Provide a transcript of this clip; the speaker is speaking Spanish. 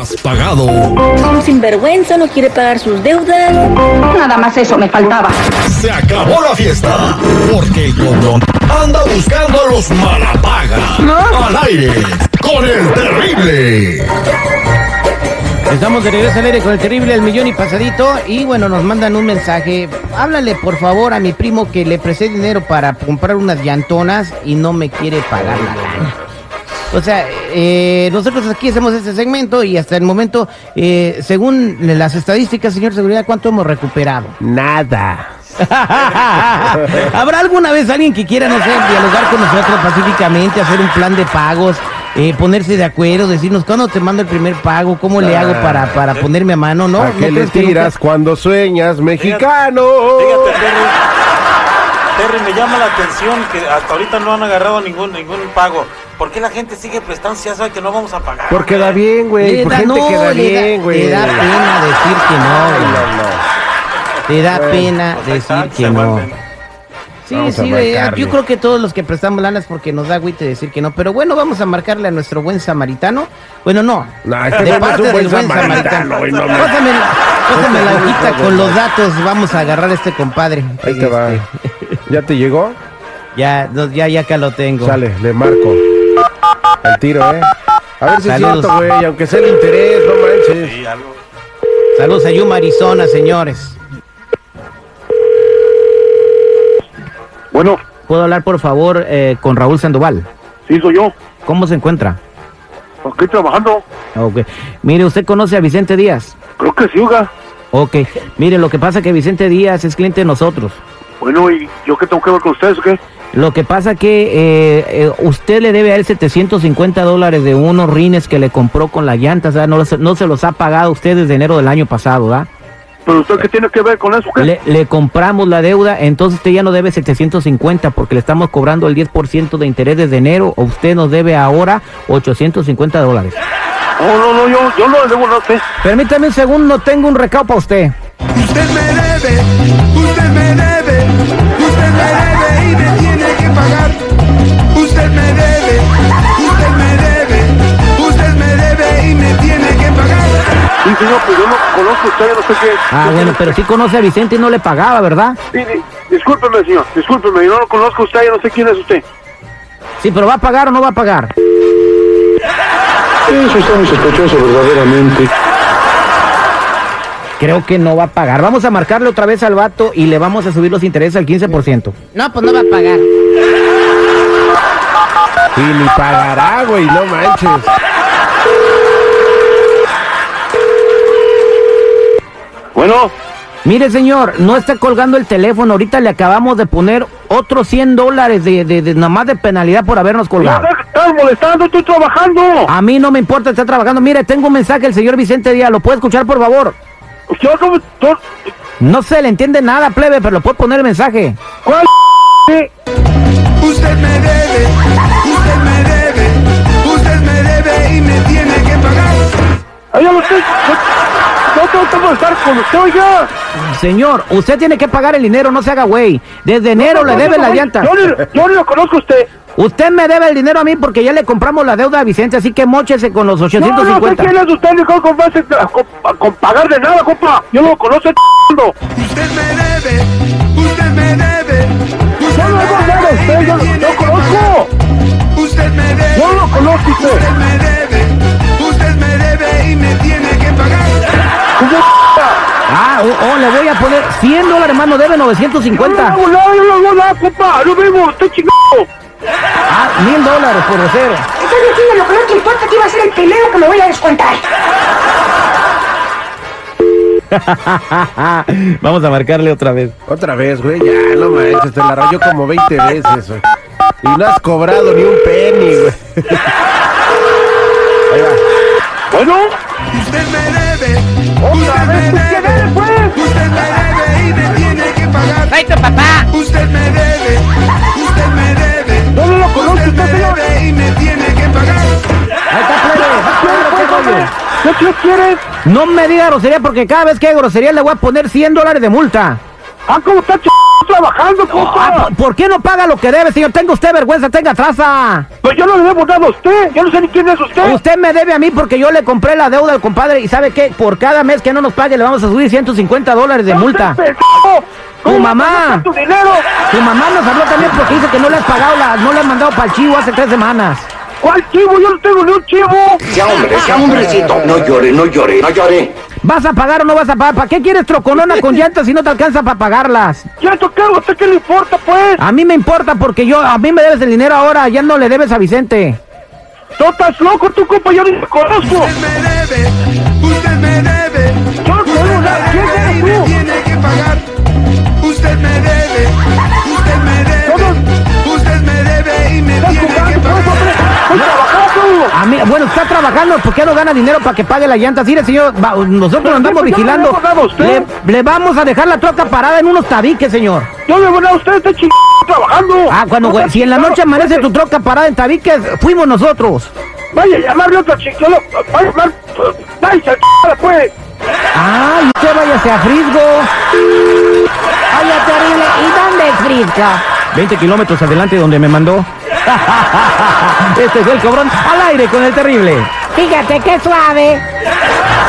has pagado. Un sinvergüenza no quiere pagar sus deudas. Nada más eso me faltaba. Se acabó la fiesta. Porque el condón anda buscando a los malapagas. Al aire. Con el terrible. Estamos de regreso al aire con el terrible El Millón y Pasadito. Y bueno, nos mandan un mensaje. Háblale por favor a mi primo que le presté dinero para comprar unas llantonas y no me quiere pagar la lana. O sea, eh, nosotros aquí hacemos este segmento y hasta el momento, eh, según las estadísticas, señor Seguridad, ¿cuánto hemos recuperado? Nada. ¿Habrá alguna vez alguien que quiera, no sé, dialogar con nosotros pacíficamente, hacer un plan de pagos, eh, ponerse de acuerdo, decirnos cuándo te mando el primer pago, cómo le hago para, para ponerme a mano, ¿no? Ah. ¿A ¿No qué le crees que nunca- tiras cuando sueñas, mexicano? Fíjate, Terry. Terry, me llama la atención que hasta ahorita no han agarrado ningún ningún pago. ¿Por qué la gente sigue pues, prestancia sabe que no vamos a pagar? Porque da bien, güey. Le Por da- gente no, que da le da- bien, güey. Te da pena decir que no, güey. No, no. Te da Bueno, pena Pues ahí está, decir que se no. vuelven. Sí, Vamos a sí, güey, marcarle. yo creo que todos los que prestamos lanas porque nos da güite decir que no. Pero bueno, vamos a marcarle a nuestro buen samaritano. Bueno, no. No, este de güey no es parte un buen del buen samaritano, samaritano. güey, no mames. Pásame, la- pásame la Este güey hojita no, con güey. los datos. Vamos a agarrar a este compadre. Ahí te va. Este, ¿Ya te llegó? Ya, no, ya, ya acá lo tengo. Sale, le marco. Al tiro, ¿eh? A ver si es Saludos. cierto, güey. Aunque sea el interés, no manches. Sí, algo. Saludos a Yuma, Arizona, señores. Bueno, ¿Puedo hablar, por favor, eh, con Raúl Sandoval? sí soy yo. ¿Cómo se encuentra? Estoy trabajando. Ok. Mire, ¿usted conoce a Vicente Díaz? Creo que sí, oiga. Ok. Mire, lo que pasa es que Vicente Díaz es cliente de nosotros. Bueno, ¿y yo qué tengo que ver con ustedes o qué? Lo que pasa que eh, eh, usted le debe a él 750 dólares de unos rines que le compró con las llantas, ¿verdad? No, los- no se los ha pagado usted desde enero del año pasado, ¿verdad? ¿Pero usted qué tiene que ver con eso o qué? Le, le compramos la deuda, entonces usted ya no debe 750 porque le estamos cobrando el 10% de interés desde enero, o usted nos debe ahora 850 dólares. No, no, no, yo, yo no le debo nada a usted. Permítame un segundo, tengo un recado para usted. Usted me debe, usted me debe, usted me debe y me tiene que pagar. Usted me debe, usted me debe, usted me debe y me tiene que pagar. Sí, señor, pues yo no conozco a usted, no sé qué. Ah, bueno, pero sí conoce a Vicente y no le pagaba, ¿verdad? Sí, di- discúlpeme, señor, discúlpeme, yo no lo conozco a usted, yo no sé quién es usted. Sí, pero ¿va a pagar o no va a pagar? Eso está muy sospechoso, verdaderamente. Creo que no va a pagar. Vamos a marcarle otra vez al vato y le vamos a subir los intereses al 15%. No, pues no va a pagar. Y ni pagará, güey. No manches. Bueno, Mire, señor, no está colgando el teléfono. Ahorita le acabamos de poner otros 100 dólares de, de, de- nada más de penalidad por habernos ya colgado. deja de estar molestando, estoy trabajando. A mí no me importa, está trabajando. Mire, tengo un mensaje del señor Vicente Díaz. ¿Lo puede escuchar, por favor? Yo no me- yo- No se le entiende nada, plebe, pero lo puedo poner el mensaje. ¿Cuál? qué? Usted me debe, usted me debe, usted me debe y me tiene que pagar. Oiga, usted, yo, yo tengo que molestar con usted, oiga. Señor, usted tiene que pagar el dinero, no se haga güey. Desde enero le No, debe yo la no- llanta. Yo, ni- yo ni lo conozco a usted. Usted me debe el dinero a mí porque ya le compramos la deuda a Vicente, así que mochese con los No, no sé 850. quién es usted, ni con, con, base- con- con pagar de nada, compa. Yo no lo conozco, este no. Usted me debe, usted me debe, usted Yo no me debo nada a debe usted, y me yo no tiene yo que pagar. conozco. Usted me debe, Yo no lo conozco, usted. usted me debe, usted me debe y me tiene que pagar. ¿Cómo Ah, oh, oh, le voy a poner 100 dólares más, no debe Yo no 950. hago nada, yo no hago nada, compa. Yo vivo, estoy chingado. Ah, 1000 dólares por cero. Estás diciendo lo que no te importa que iba a ser el primero que me voy a descontar. Vamos a marcarle otra vez. Otra vez, güey, ya, no manches, te la rayó como 20 veces, güey. Y no has cobrado ni un penny, güey. Ahí va. Bueno, Usted me debe, otra usted me vez, pues, ¿qué debe, usted debe, pues? me debe y me tiene que pagar. Soy tu papá. Usted me debe, usted me debe, Yo no lo conozco, usted me usted, señor. debe y me tiene que pagar. Ahí está, plebe. ¿Qué hombre? ¿Qué qué quieres? No me diga grosería porque cada vez que hay grosería le voy a poner 100 dólares de multa. Ah, ¿cómo está ch... trabajando, compa. Ah, ¿Por qué no paga lo que debe, señor? Tenga usted vergüenza, tenga traza. Pues yo no le debo nada a usted. Yo no sé ni quién es usted. Usted me debe a mí porque yo le compré la deuda al compadre y sabe qué, por cada mes que no nos pague le vamos a subir 150 dólares de ¡No multa. seas pendejo! ¿Cómo mamá! vas a tu dinero? Tu mamá nos habló también porque dice que no le has pagado, la- no le has mandado para el chivo hace tres semanas. ¿Cuál chivo? Yo no tengo ni un chivo. Sea hombre, sea hombrecito. No llore, no llore, no llore. ¿Vas a pagar o no vas a pagar? ¿Para qué quieres troconona con llantas si no te alcanza para pagarlas? Ya eso qué, ¿A usted qué le importa, pues? A mí me importa porque yo, a mí me debes el dinero ahora, ya no le debes a Vicente. ¿No estás loco, tu compa? Yo ni te conozco. Usted me debe, usted me debe. Yo no Usted tengo me nada. ¿Quién debe eres y tú? me tiene que pagar. Usted me debe, usted me debe. Usted me debe y me Estás tiene que jugando, pues, hombre. pagar. Estoy trabajando. A mí, bueno, está trabajando, ¿por qué no gana dinero para que pague las llantas? Mire, señor, va- nosotros lo andamos Pero, ¿por qué no le vigilando. hemos dado a usted? Le, le vamos a dejar la troca parada en unos tabiques, señor. Yo le voy a dar a usted este chingado trabajando. Ah, cuando, No, si en la noche amanece tu troca parada en tabiques, fuimos nosotros. Vaya a llamarle otro chingado. Vaya a llamar. pues, Vaya a chingada, pues. Ah, y usted váyase a Frisgo. Ay, ya terrible. ¿Y dónde es Frisgo? 20 kilómetros adelante donde me mandó. este es el cobrón al aire con el terrible. Fíjate qué suave.